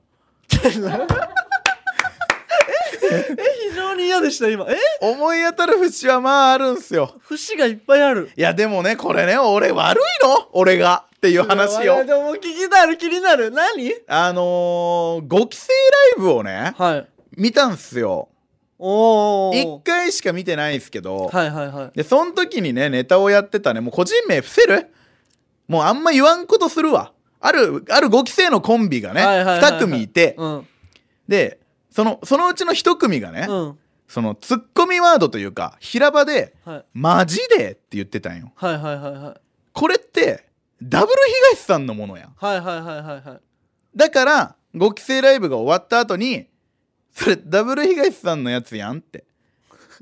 Speaker 1: え非常に嫌でした今え
Speaker 2: 思い当たる節はまああるんすよ
Speaker 1: 節がいっぱいある
Speaker 2: いやでもねこれね俺悪いの俺がっていう話
Speaker 1: いや
Speaker 2: を
Speaker 1: でも聞きたい気になる何
Speaker 2: あのー、5期生ライブをね
Speaker 1: はい
Speaker 2: 見たんすよ
Speaker 1: おー
Speaker 2: 1回しか見てないんすけど、
Speaker 1: はいはいはい
Speaker 2: でその時にねネタをやってたねもう個人名伏せるもうあんま言わんことするわあるある5期生のコンビがね
Speaker 1: はいはいはいはい
Speaker 2: 2組いて
Speaker 1: うん
Speaker 2: でそのそのうちの1組がね、
Speaker 1: うん
Speaker 2: そのツッコミワードというか平場で
Speaker 1: はい
Speaker 2: 「マジで」って言ってたんよ
Speaker 1: はいはいはいはい
Speaker 2: これってダブル東さんのものやん
Speaker 1: はいはいはいはいはい
Speaker 2: だから5期生ライブが終わった後にそれダブル東さんのやつやん って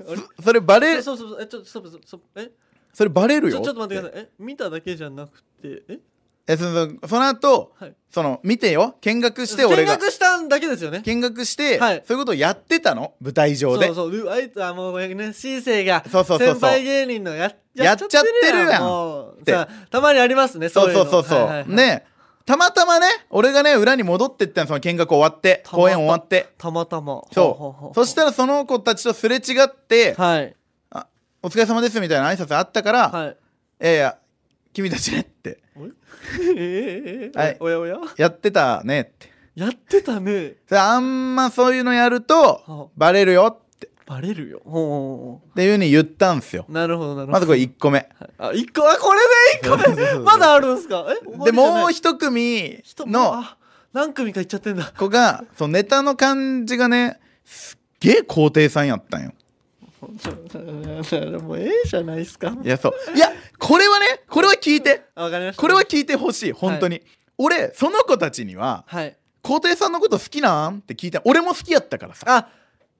Speaker 1: あれ
Speaker 2: そそれバレ
Speaker 1: えそうそうそうえちょっとストップストップストップえ
Speaker 2: それバレる
Speaker 1: ち
Speaker 2: よ
Speaker 1: ょちょっと待ってく
Speaker 2: さい
Speaker 1: ださいえ見ただけじゃなくてえ
Speaker 2: えそのその後
Speaker 1: はい
Speaker 2: その見てよ見学して俺が
Speaker 1: 見学したんだけですよね
Speaker 2: 見学して、
Speaker 1: はい
Speaker 2: そういうことをやってたの舞台上で
Speaker 1: そうそううあいつはもうね新生が
Speaker 2: そうそうそうそ
Speaker 1: 先
Speaker 2: う
Speaker 1: 輩芸人のやっ
Speaker 2: やっちゃってるやん
Speaker 1: もう
Speaker 2: って
Speaker 1: さたまにありますねそういう
Speaker 2: そう
Speaker 1: の
Speaker 2: そうそう
Speaker 1: はいはいはい
Speaker 2: ねたまたまね俺がね裏に戻ってったのその見学終わって
Speaker 1: たまた
Speaker 2: 公演終わって
Speaker 1: たまたまほうほ
Speaker 2: そう
Speaker 1: ほ
Speaker 2: うそしたらその子たちとすれ違って
Speaker 1: はい
Speaker 2: 「お疲れ様です」みたいな挨拶あったから「
Speaker 1: はい
Speaker 2: いやいや君たちね」って
Speaker 1: おいええええ
Speaker 2: はい
Speaker 1: おやおや
Speaker 2: 「やってたね」って
Speaker 1: やってたね
Speaker 2: それあんまそういうのやる
Speaker 1: は
Speaker 2: と
Speaker 1: あ
Speaker 2: バレるよってっ
Speaker 1: バレるよほう
Speaker 2: ていうふうに言ったんすよ
Speaker 1: なるほどなるほど
Speaker 2: まずこれ1個目
Speaker 1: はいあ一個あこれで一個
Speaker 2: そうそうそうそ
Speaker 1: 目
Speaker 2: う
Speaker 1: まだあるんすかえ
Speaker 2: でもう
Speaker 1: 一
Speaker 2: 1組
Speaker 1: 人
Speaker 2: の
Speaker 1: の何組かいっちゃってんだ
Speaker 2: 子がそのネタの感じがねげえ皇帝さんやったんよ
Speaker 1: もうえ えじゃないですか
Speaker 2: いやそういやこれはねこれは聞いて
Speaker 1: わかりました
Speaker 2: これは聞いてほしい本当に、俺その子たちには
Speaker 1: はい
Speaker 2: 皇帝さんのこと好きなんって聞いた俺も好きやったからさ
Speaker 1: あ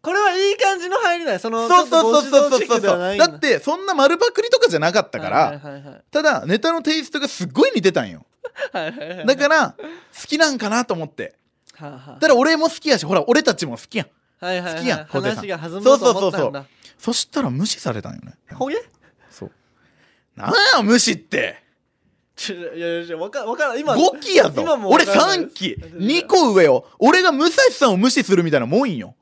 Speaker 1: これはいい感じの入りだよその
Speaker 2: そうそう
Speaker 1: ちょ
Speaker 2: そう
Speaker 1: っとご
Speaker 2: そう
Speaker 1: 指導チェック
Speaker 2: そう
Speaker 1: では
Speaker 2: そ
Speaker 1: な
Speaker 2: う
Speaker 1: い
Speaker 2: だってそんな丸パクリとかじゃなかったから、
Speaker 1: はいはいはい
Speaker 2: ただネタのテイストがすっごい似てたんよ
Speaker 1: はいはいはいはい
Speaker 2: だから好きなんかなと思って
Speaker 1: はあは
Speaker 2: ただ俺も好きやしほら俺たちも好きやん
Speaker 1: あはいはいはい
Speaker 2: 好きやん小手さん
Speaker 1: 話が弾むと思ったん
Speaker 2: そうそう
Speaker 1: だ
Speaker 2: そしたら無視されたんよね
Speaker 1: ほげ
Speaker 2: そうなんや無視って
Speaker 1: ちょいやいやいやわかわからん今
Speaker 2: 5期やぞ
Speaker 1: 今もわ
Speaker 2: 俺
Speaker 1: からない
Speaker 2: 3期2個上よ俺が武蔵さんを無視するみたいなもんよ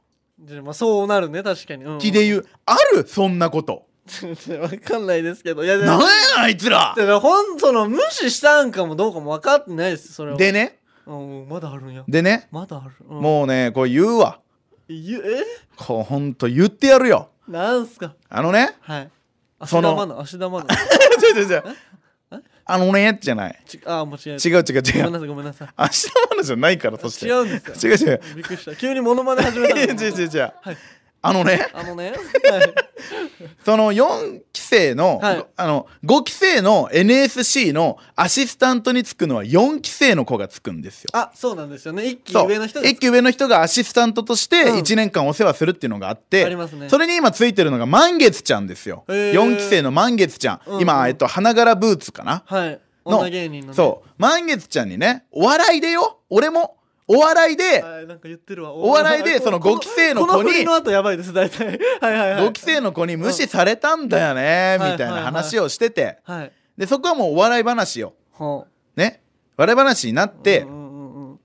Speaker 1: じゃあまあそうなるね確かに、うん、
Speaker 2: 気で言うあるそんなこと
Speaker 1: わかんないですけどいやで
Speaker 2: なん
Speaker 1: も
Speaker 2: やあいつら
Speaker 1: だからほんその無視したんかもどうかも分かってないですそれは
Speaker 2: でね
Speaker 1: うん、まだあるんや
Speaker 2: でね
Speaker 1: まだある、うん、
Speaker 2: もうねこう言うわ
Speaker 1: ゆえ
Speaker 2: こうほんと言ってやるよ
Speaker 1: なんすか
Speaker 2: あ のね
Speaker 1: はい足
Speaker 2: その
Speaker 1: 玉の足玉の
Speaker 2: 違う違う違うあのねじゃない
Speaker 1: ちあーもう違う
Speaker 2: 違う違
Speaker 1: ごめん
Speaker 2: う違う
Speaker 1: なさいごめんなさい
Speaker 2: 明日の話じゃないからそして
Speaker 1: 違うんですか
Speaker 2: 違う違う
Speaker 1: びっくりした急にモノマネ始 めた
Speaker 2: 違
Speaker 1: の
Speaker 2: う違う違う違う
Speaker 1: はい
Speaker 2: あのね
Speaker 1: あの ね、はい、
Speaker 2: その4期生の、
Speaker 1: はい
Speaker 2: あの5期生の NSC のアシスタントにつくのは4期生の子がつくんですよ。
Speaker 1: あそうなんですよね一期
Speaker 2: そう
Speaker 1: 上の人が
Speaker 2: 一期上の人がアシスタントとして
Speaker 1: うん
Speaker 2: 1年間お世話するっていうのがあって、
Speaker 1: ありますね
Speaker 2: それに今ついてるのが満月ちゃんですよ、
Speaker 1: へー
Speaker 2: 4期生の満月ちゃん、
Speaker 1: うんうん
Speaker 2: 今、えっと、花柄ブーツかな
Speaker 1: はい
Speaker 2: の
Speaker 1: 女芸人の、ね、
Speaker 2: そう満月ちゃんにねお笑いでよ俺もお笑いで
Speaker 1: はいなんか言ってるわ
Speaker 2: お笑いでその
Speaker 1: こ
Speaker 2: 5期生の
Speaker 1: こ
Speaker 2: 子
Speaker 1: の振
Speaker 2: に
Speaker 1: りの後やばいです大体 はいはいはい
Speaker 2: 5期生の子に無視されたんだよね
Speaker 1: うん
Speaker 2: みたいな話をしてて
Speaker 1: はい
Speaker 2: でそこはもうお笑い話よ
Speaker 1: ほ
Speaker 2: ね笑い話になっ
Speaker 1: う
Speaker 2: て
Speaker 1: うん、うんうんうん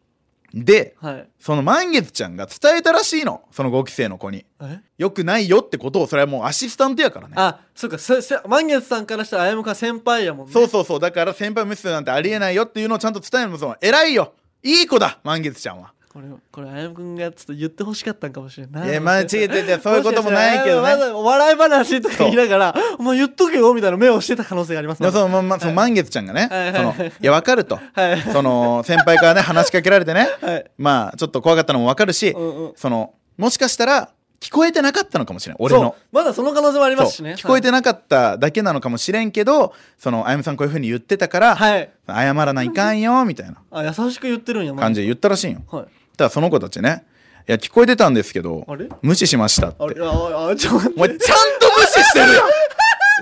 Speaker 2: で
Speaker 1: はい
Speaker 2: その満月ちゃんが伝えたらしいのその5期生の子に
Speaker 1: え
Speaker 2: よくないよってことをそれはもうアシスタントやからね
Speaker 1: あそうかせせ満月さんからしたらあやむか先輩やもんね
Speaker 2: そうそうそうだから先輩無視するなんてありえないよっていうのをちゃんと伝えるのもその偉いよいい子だ満月ちゃんは
Speaker 1: これこれあやむくんがちょっと言ってほしかったんかもしれない
Speaker 2: いやまあ違う違う違うそういうこともないけど
Speaker 1: もしかしたらあやむま
Speaker 2: ね
Speaker 1: だお笑い話とか言いながらお前言っとけよみたいな目をしてた可能性があります
Speaker 2: でもそのままその満月ちゃんがね、
Speaker 1: はい
Speaker 2: そ
Speaker 1: はい
Speaker 2: の
Speaker 1: はい
Speaker 2: いやわかると
Speaker 1: はい
Speaker 2: その先輩からね話しかけられてね
Speaker 1: はい
Speaker 2: まあちょっと怖かったのもわかるし、
Speaker 1: うんうん
Speaker 2: そのもしかしたら聞こえてなかったのかもしれない俺の
Speaker 1: そうまだその可能性もありますし
Speaker 2: そう
Speaker 1: ね
Speaker 2: 聞こえてなかっただけなのかもしれんけどそのあやむさんこういうふうに言ってたから、
Speaker 1: はい
Speaker 2: 謝らないかんよみたいな
Speaker 1: あ優しく言ってるんや
Speaker 2: 感じで言ったらしいんよ
Speaker 1: はい
Speaker 2: ただその子たちねいや聞こえてたんですけど
Speaker 1: あれ
Speaker 2: 無視しましたって
Speaker 1: あれああちょっと待っ
Speaker 2: お前
Speaker 1: て
Speaker 2: ちゃんと無視してるよ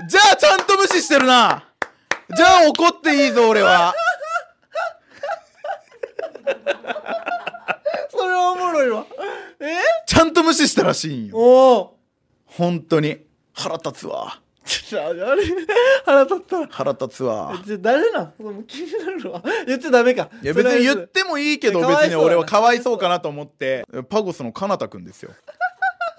Speaker 2: じゃあちゃんと無視してるなじゃあ怒っていいぞ俺は
Speaker 1: それはおもろいわえ
Speaker 2: ちゃんと無視したらしいんよ
Speaker 1: おお
Speaker 2: 本当に腹立つわ
Speaker 1: ちょあれ腹立ったわ
Speaker 2: 腹立つわ
Speaker 1: じゃあ誰なんもう気になるわ言っちゃダメか
Speaker 2: いや別に言ってもいいけど別に俺は
Speaker 1: か
Speaker 2: かわいそうかなと思ってパゴスのかなたくんで すよ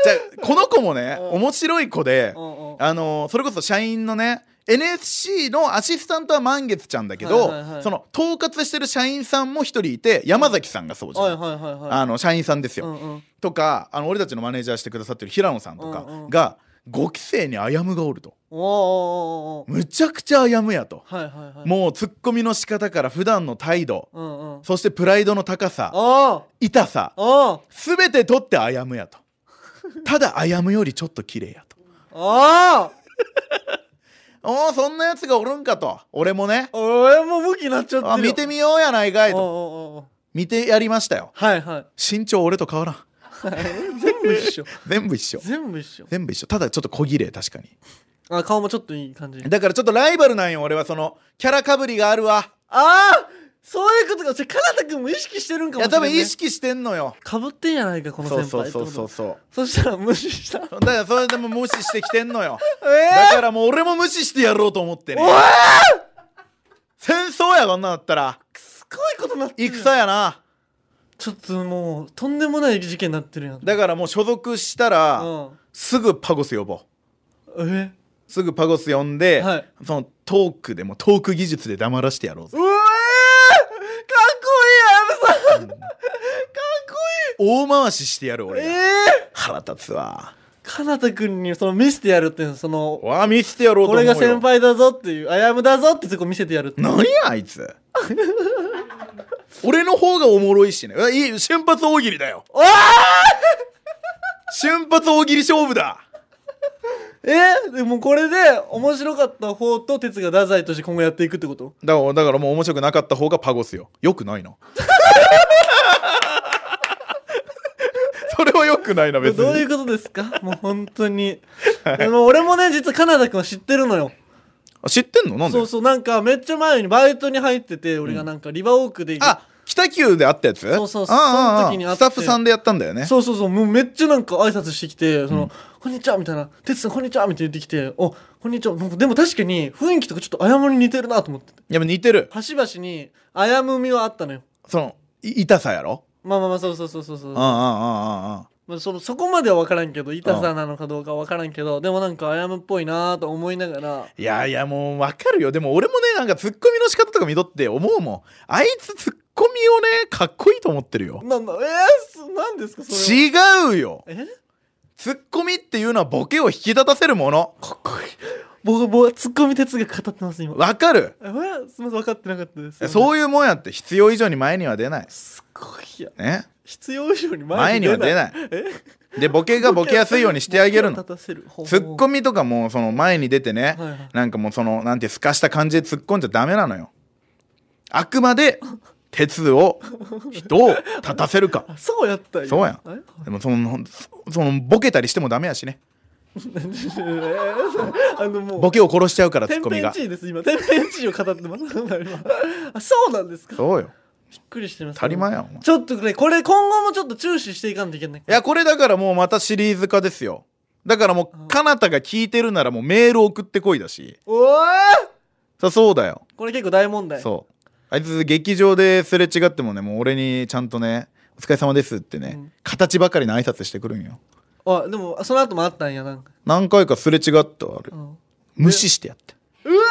Speaker 2: じゃあこの子もね
Speaker 1: うん
Speaker 2: 面白い子で
Speaker 1: うんうん
Speaker 2: あのそれこそ社員のね NSC のアシスタントは満月ちゃんだけど、
Speaker 1: はいはいはい
Speaker 2: その統括してる社員さんも一人いて山崎さんがそうじゃん、
Speaker 1: はいはいはいはい
Speaker 2: あの社員さんです
Speaker 1: う
Speaker 2: よ、
Speaker 1: んうん
Speaker 2: とかあの俺たちのマネージャーしてくださってる平野さんとか
Speaker 1: うんうん
Speaker 2: が5期生にあやむがおると
Speaker 1: おおおーおーおー
Speaker 2: むちゃくちゃあやむやと、
Speaker 1: はいはいはい
Speaker 2: もうツッコミの仕方から普段の態度
Speaker 1: うんうん
Speaker 2: そしてプライドの高さ
Speaker 1: おー
Speaker 2: 痛さ
Speaker 1: おー
Speaker 2: 全て取ってあやむやとただあやむよりちょっと綺麗やと
Speaker 1: おー
Speaker 2: おおそんなやつがおるんかと俺もね
Speaker 1: 俺もう向きになっちゃってる
Speaker 2: あ見てみようやないかい
Speaker 1: おーおー
Speaker 2: と
Speaker 1: おーおー
Speaker 2: 見てやりましたよ
Speaker 1: はいはい
Speaker 2: 身長俺と変わらん
Speaker 1: 全部一緒
Speaker 2: 全部一緒
Speaker 1: 全部一緒
Speaker 2: 全部一緒ただちょっと小綺麗確かに
Speaker 1: あ顔もちょっといい感じ
Speaker 2: だからちょっとライバルなんよ俺はそのキャラかぶりがあるわ
Speaker 1: ああそういうことかじゃあかなたくんも意識してるんかも
Speaker 2: いや
Speaker 1: しれ
Speaker 2: 多
Speaker 1: な
Speaker 2: 分
Speaker 1: い、
Speaker 2: 意識してんのよ
Speaker 1: かぶってんやないかこの先
Speaker 2: そう
Speaker 1: 輩
Speaker 2: そうそう
Speaker 1: って
Speaker 2: そ
Speaker 1: こ
Speaker 2: う
Speaker 1: と
Speaker 2: そ
Speaker 1: そしたら無視した
Speaker 2: うだからそれでも無視してきてんのよ だ
Speaker 1: え
Speaker 2: からもう俺も無視してやろうと思ってね
Speaker 1: おい
Speaker 2: 戦争やこんなんだったら
Speaker 1: すごいことなってる
Speaker 2: 戦やな
Speaker 1: ちょっともうとんでもない事件になってるやん
Speaker 2: だ
Speaker 1: か
Speaker 2: からもう所属したら、すぐパゴス呼ぼう
Speaker 1: うんえ
Speaker 2: すぐパゴス呼んで、
Speaker 1: はい
Speaker 2: そのトークでもトーク技術で黙らしてやろうぜ
Speaker 1: うえー、かっこいいあやむさんかっ
Speaker 2: 大回ししてやる
Speaker 1: こ
Speaker 2: 俺
Speaker 1: いい
Speaker 2: が、
Speaker 1: え
Speaker 2: 腹立つわ
Speaker 1: ー、かなたくんにその見せてやるっていうのその
Speaker 2: わあ見せてやろう
Speaker 1: こ
Speaker 2: と思う
Speaker 1: れ
Speaker 2: よ
Speaker 1: が先輩だぞっていうあやむだぞってとこ見せてやるって
Speaker 2: 何やあいつ 俺の方がおもろいしねうわいい先発大喜利だよ
Speaker 1: おー
Speaker 2: 瞬発大喜利勝負だ
Speaker 1: えでもこれで面白かった方と哲が太宰として今後やっていくってこと
Speaker 2: だからだからもう面白くなかった方がパゴスよよくな いなそれはよくないな別に
Speaker 1: どういうことです かもう本当に、でも俺もね実はカナダ君は知ってるのよ
Speaker 2: あ知ってんのなんで
Speaker 1: そうそうなんかめっちゃ前にバイトに入ってて俺がなんかリバウォークで、
Speaker 2: あ北急で会ったやつ
Speaker 1: そうそうそう
Speaker 2: ああああ
Speaker 1: その時に会って
Speaker 2: スタッフさんでやったんだよね
Speaker 1: そうそうそうもうめっちゃなんか挨拶してきて「そのこんにちは」みたいな「哲さんこんにちは」みたいな言ってきて「おこんにちは」なんかでも確かに雰囲気とかちょっと謝り似てるなと思ってて
Speaker 2: やっぱ似てる
Speaker 1: 端々に謝むみはあったのよ
Speaker 2: そのい痛さやろ
Speaker 1: まあまあまあそうそうそうそうそう
Speaker 2: ああああああああ
Speaker 1: まあ、そのそこまでは分からんけど痛さなのかどうかは分からんけどでもなんか謝むっぽいなと思いながら
Speaker 2: いやいやもうわかるよでも俺もねなんかツッコミの仕方とか見とって思うもんあいつツッコミをねかっこいいと思ってるよ
Speaker 1: なんだえー、なんですかそれは
Speaker 2: 違うよ
Speaker 1: え
Speaker 2: ツッコミっていうのはボケを引き立たせるもの
Speaker 1: かっこいい僕僕ツッコミ哲学語ってます今
Speaker 2: わかる
Speaker 1: えすみません分かってなかったですう
Speaker 2: そういうもんやって必要以上に前には出ない
Speaker 1: すっごいや
Speaker 2: ね
Speaker 1: 必要以上に
Speaker 2: 前
Speaker 1: 前に
Speaker 2: には
Speaker 1: 出
Speaker 2: 出
Speaker 1: ない
Speaker 2: ない
Speaker 1: え
Speaker 2: でボケがボケやすいようにしてあげるの
Speaker 1: ボケを立たせる方法
Speaker 2: ツッコミとかもその前に出てね、
Speaker 1: はいはい
Speaker 2: なんかもうそのなんてすかした感じで突っ込んじゃダメなのよあくまで鉄を人を立たせるか
Speaker 1: あそうやったんや
Speaker 2: そうやん
Speaker 1: え
Speaker 2: でもそのそのボケたりしてもダメやしね
Speaker 1: あのもう
Speaker 2: ボケを殺しちゃうからツッ
Speaker 1: 天
Speaker 2: コミ
Speaker 1: 変
Speaker 2: が
Speaker 1: 地異です今天変地異を語って ます今あそうなんですか
Speaker 2: そうよ
Speaker 1: びっくりしてます
Speaker 2: 当たり前やんお前い
Speaker 1: ちょっとねこれ今後もちょっと注視していかんといけない
Speaker 2: やこれだからもうまたシリーズ化ですよだからもうかなたが聞いてるならもうメール送ってこいだし
Speaker 1: おー
Speaker 2: さそうだよ
Speaker 1: これ結構大問題
Speaker 2: そうあいつ劇場ですれ違ってもねもう俺にちゃんとね「お疲れ様です」ってね、
Speaker 1: うん
Speaker 2: 形ばかりの挨拶してくるんよ
Speaker 1: あでもその後もあったんやなんか、
Speaker 2: 何回かすれ違ったあれ
Speaker 1: うん、うわ
Speaker 2: 無視してやって
Speaker 1: ーうわ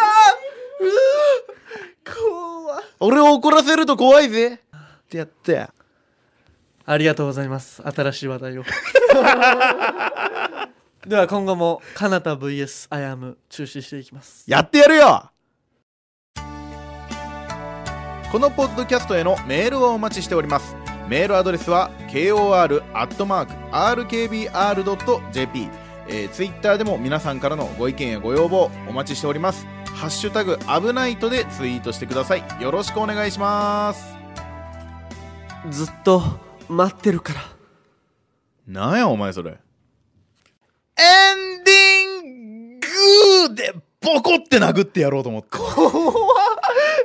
Speaker 1: ー怖っ
Speaker 2: 俺を怒らせると怖いぜってやって
Speaker 1: ありがとうございます新しい話 題をでは今後もかなた VS アヤム中止していきます
Speaker 2: やってやるよこのポッドキャストへのメールをお待ちしておりますメールアドレスは kor.rkbr.jp えー、ツイッターでも皆さんからのご意見やご要望お待ちしておりますハッシュタグ危ないとでツイートしてくださいよろしくお願いします
Speaker 1: ずっと待ってるから
Speaker 2: なんやお前それエンディングでボコって殴ってやろうと思って
Speaker 1: 怖っ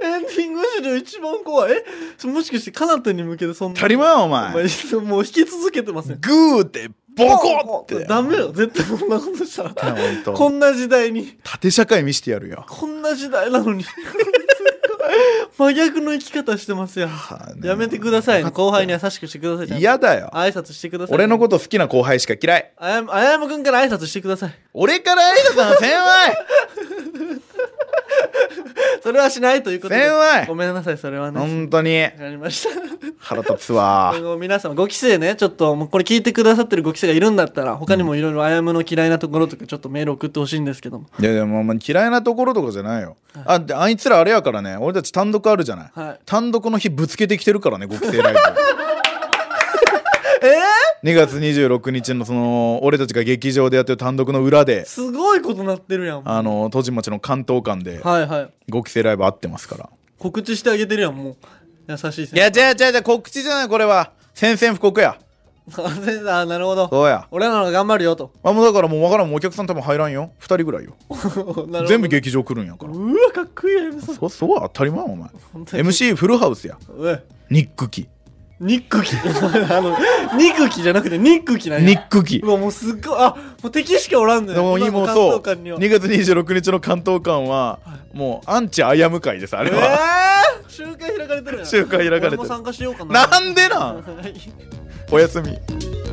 Speaker 1: エンディング史上一番怖いえそもしかしてかなたに向けてそんな
Speaker 2: 当たり前やお
Speaker 1: お
Speaker 2: 前
Speaker 1: 前もう引き続けてません
Speaker 2: グーでボコって
Speaker 1: ダメよ絶対そんなことしたら
Speaker 2: やほんと
Speaker 1: こんな時代に
Speaker 2: 縦社会見してやるよ
Speaker 1: こんな時代なのに 真逆の生き方してますやん
Speaker 2: はあね
Speaker 1: やめてくださいね
Speaker 2: わか
Speaker 1: 後
Speaker 2: った
Speaker 1: 輩
Speaker 2: よ
Speaker 1: に優しくしてください
Speaker 2: 嫌だよ
Speaker 1: 挨拶してください
Speaker 2: 俺のこと好きな後輩しか嫌い
Speaker 1: あやむあやむくんから挨拶してください
Speaker 2: 俺から挨拶はせんわい
Speaker 1: それはしないということで
Speaker 2: せんわい
Speaker 1: ごめんなさいそれはね
Speaker 2: 本当に
Speaker 1: わかりました
Speaker 2: 腹立つ わ
Speaker 1: あの皆様ご規制ねちょっともうこれ聞いてくださってるご規制がいるんだったら他にもいろいろあやむの嫌いなところとかちょっとメール送ってほしいんですけども
Speaker 2: いやでもまあ嫌いなところとかじゃないよあであいつらあれやからね俺たち単独あるじゃない、
Speaker 1: はい
Speaker 2: 単独の日ぶつけてきてるからねご規制ライブ
Speaker 1: え
Speaker 2: 2月26日のその俺たちが劇場でやってる単独の裏です
Speaker 1: ごいことなってるやんは
Speaker 2: あの戸島町の関東館で
Speaker 1: いはい
Speaker 2: ご規制ライブあってますから
Speaker 1: 告知してあげてるやんもう優しい
Speaker 2: いや、じゃあじゃあじゃあ告知じゃない、これは。宣戦布告や。
Speaker 1: 先生あなるほど
Speaker 2: そうや。
Speaker 1: 俺らの方が頑張るよと
Speaker 2: あ、もうだからもうわからん、もうお客さん多分入らんよ。二人ぐらいよ。
Speaker 1: なるほど
Speaker 2: 全部劇場来るんやから。
Speaker 1: うわかっこいいやん
Speaker 2: そ、そうは当たり前、お前。
Speaker 1: 本当に
Speaker 2: MC フルハウスや。
Speaker 1: おい
Speaker 2: ニックキ。
Speaker 1: ニックキ あのニックキじゃなくてニックキなんや
Speaker 2: ニックキ
Speaker 1: う。わもうすっごいあもう敵しかおらんの
Speaker 2: で
Speaker 1: よ
Speaker 2: も
Speaker 1: 今の
Speaker 2: 今も
Speaker 1: 関
Speaker 2: そう、
Speaker 1: 東官には
Speaker 2: 2月26日の関東館は、もうアンチアヤム会です、あれは。
Speaker 1: えー、集会開かれてるやん
Speaker 2: 集会開かれてる
Speaker 1: 俺も参加しようかな
Speaker 2: なんでなんおやすみ。
Speaker 1: お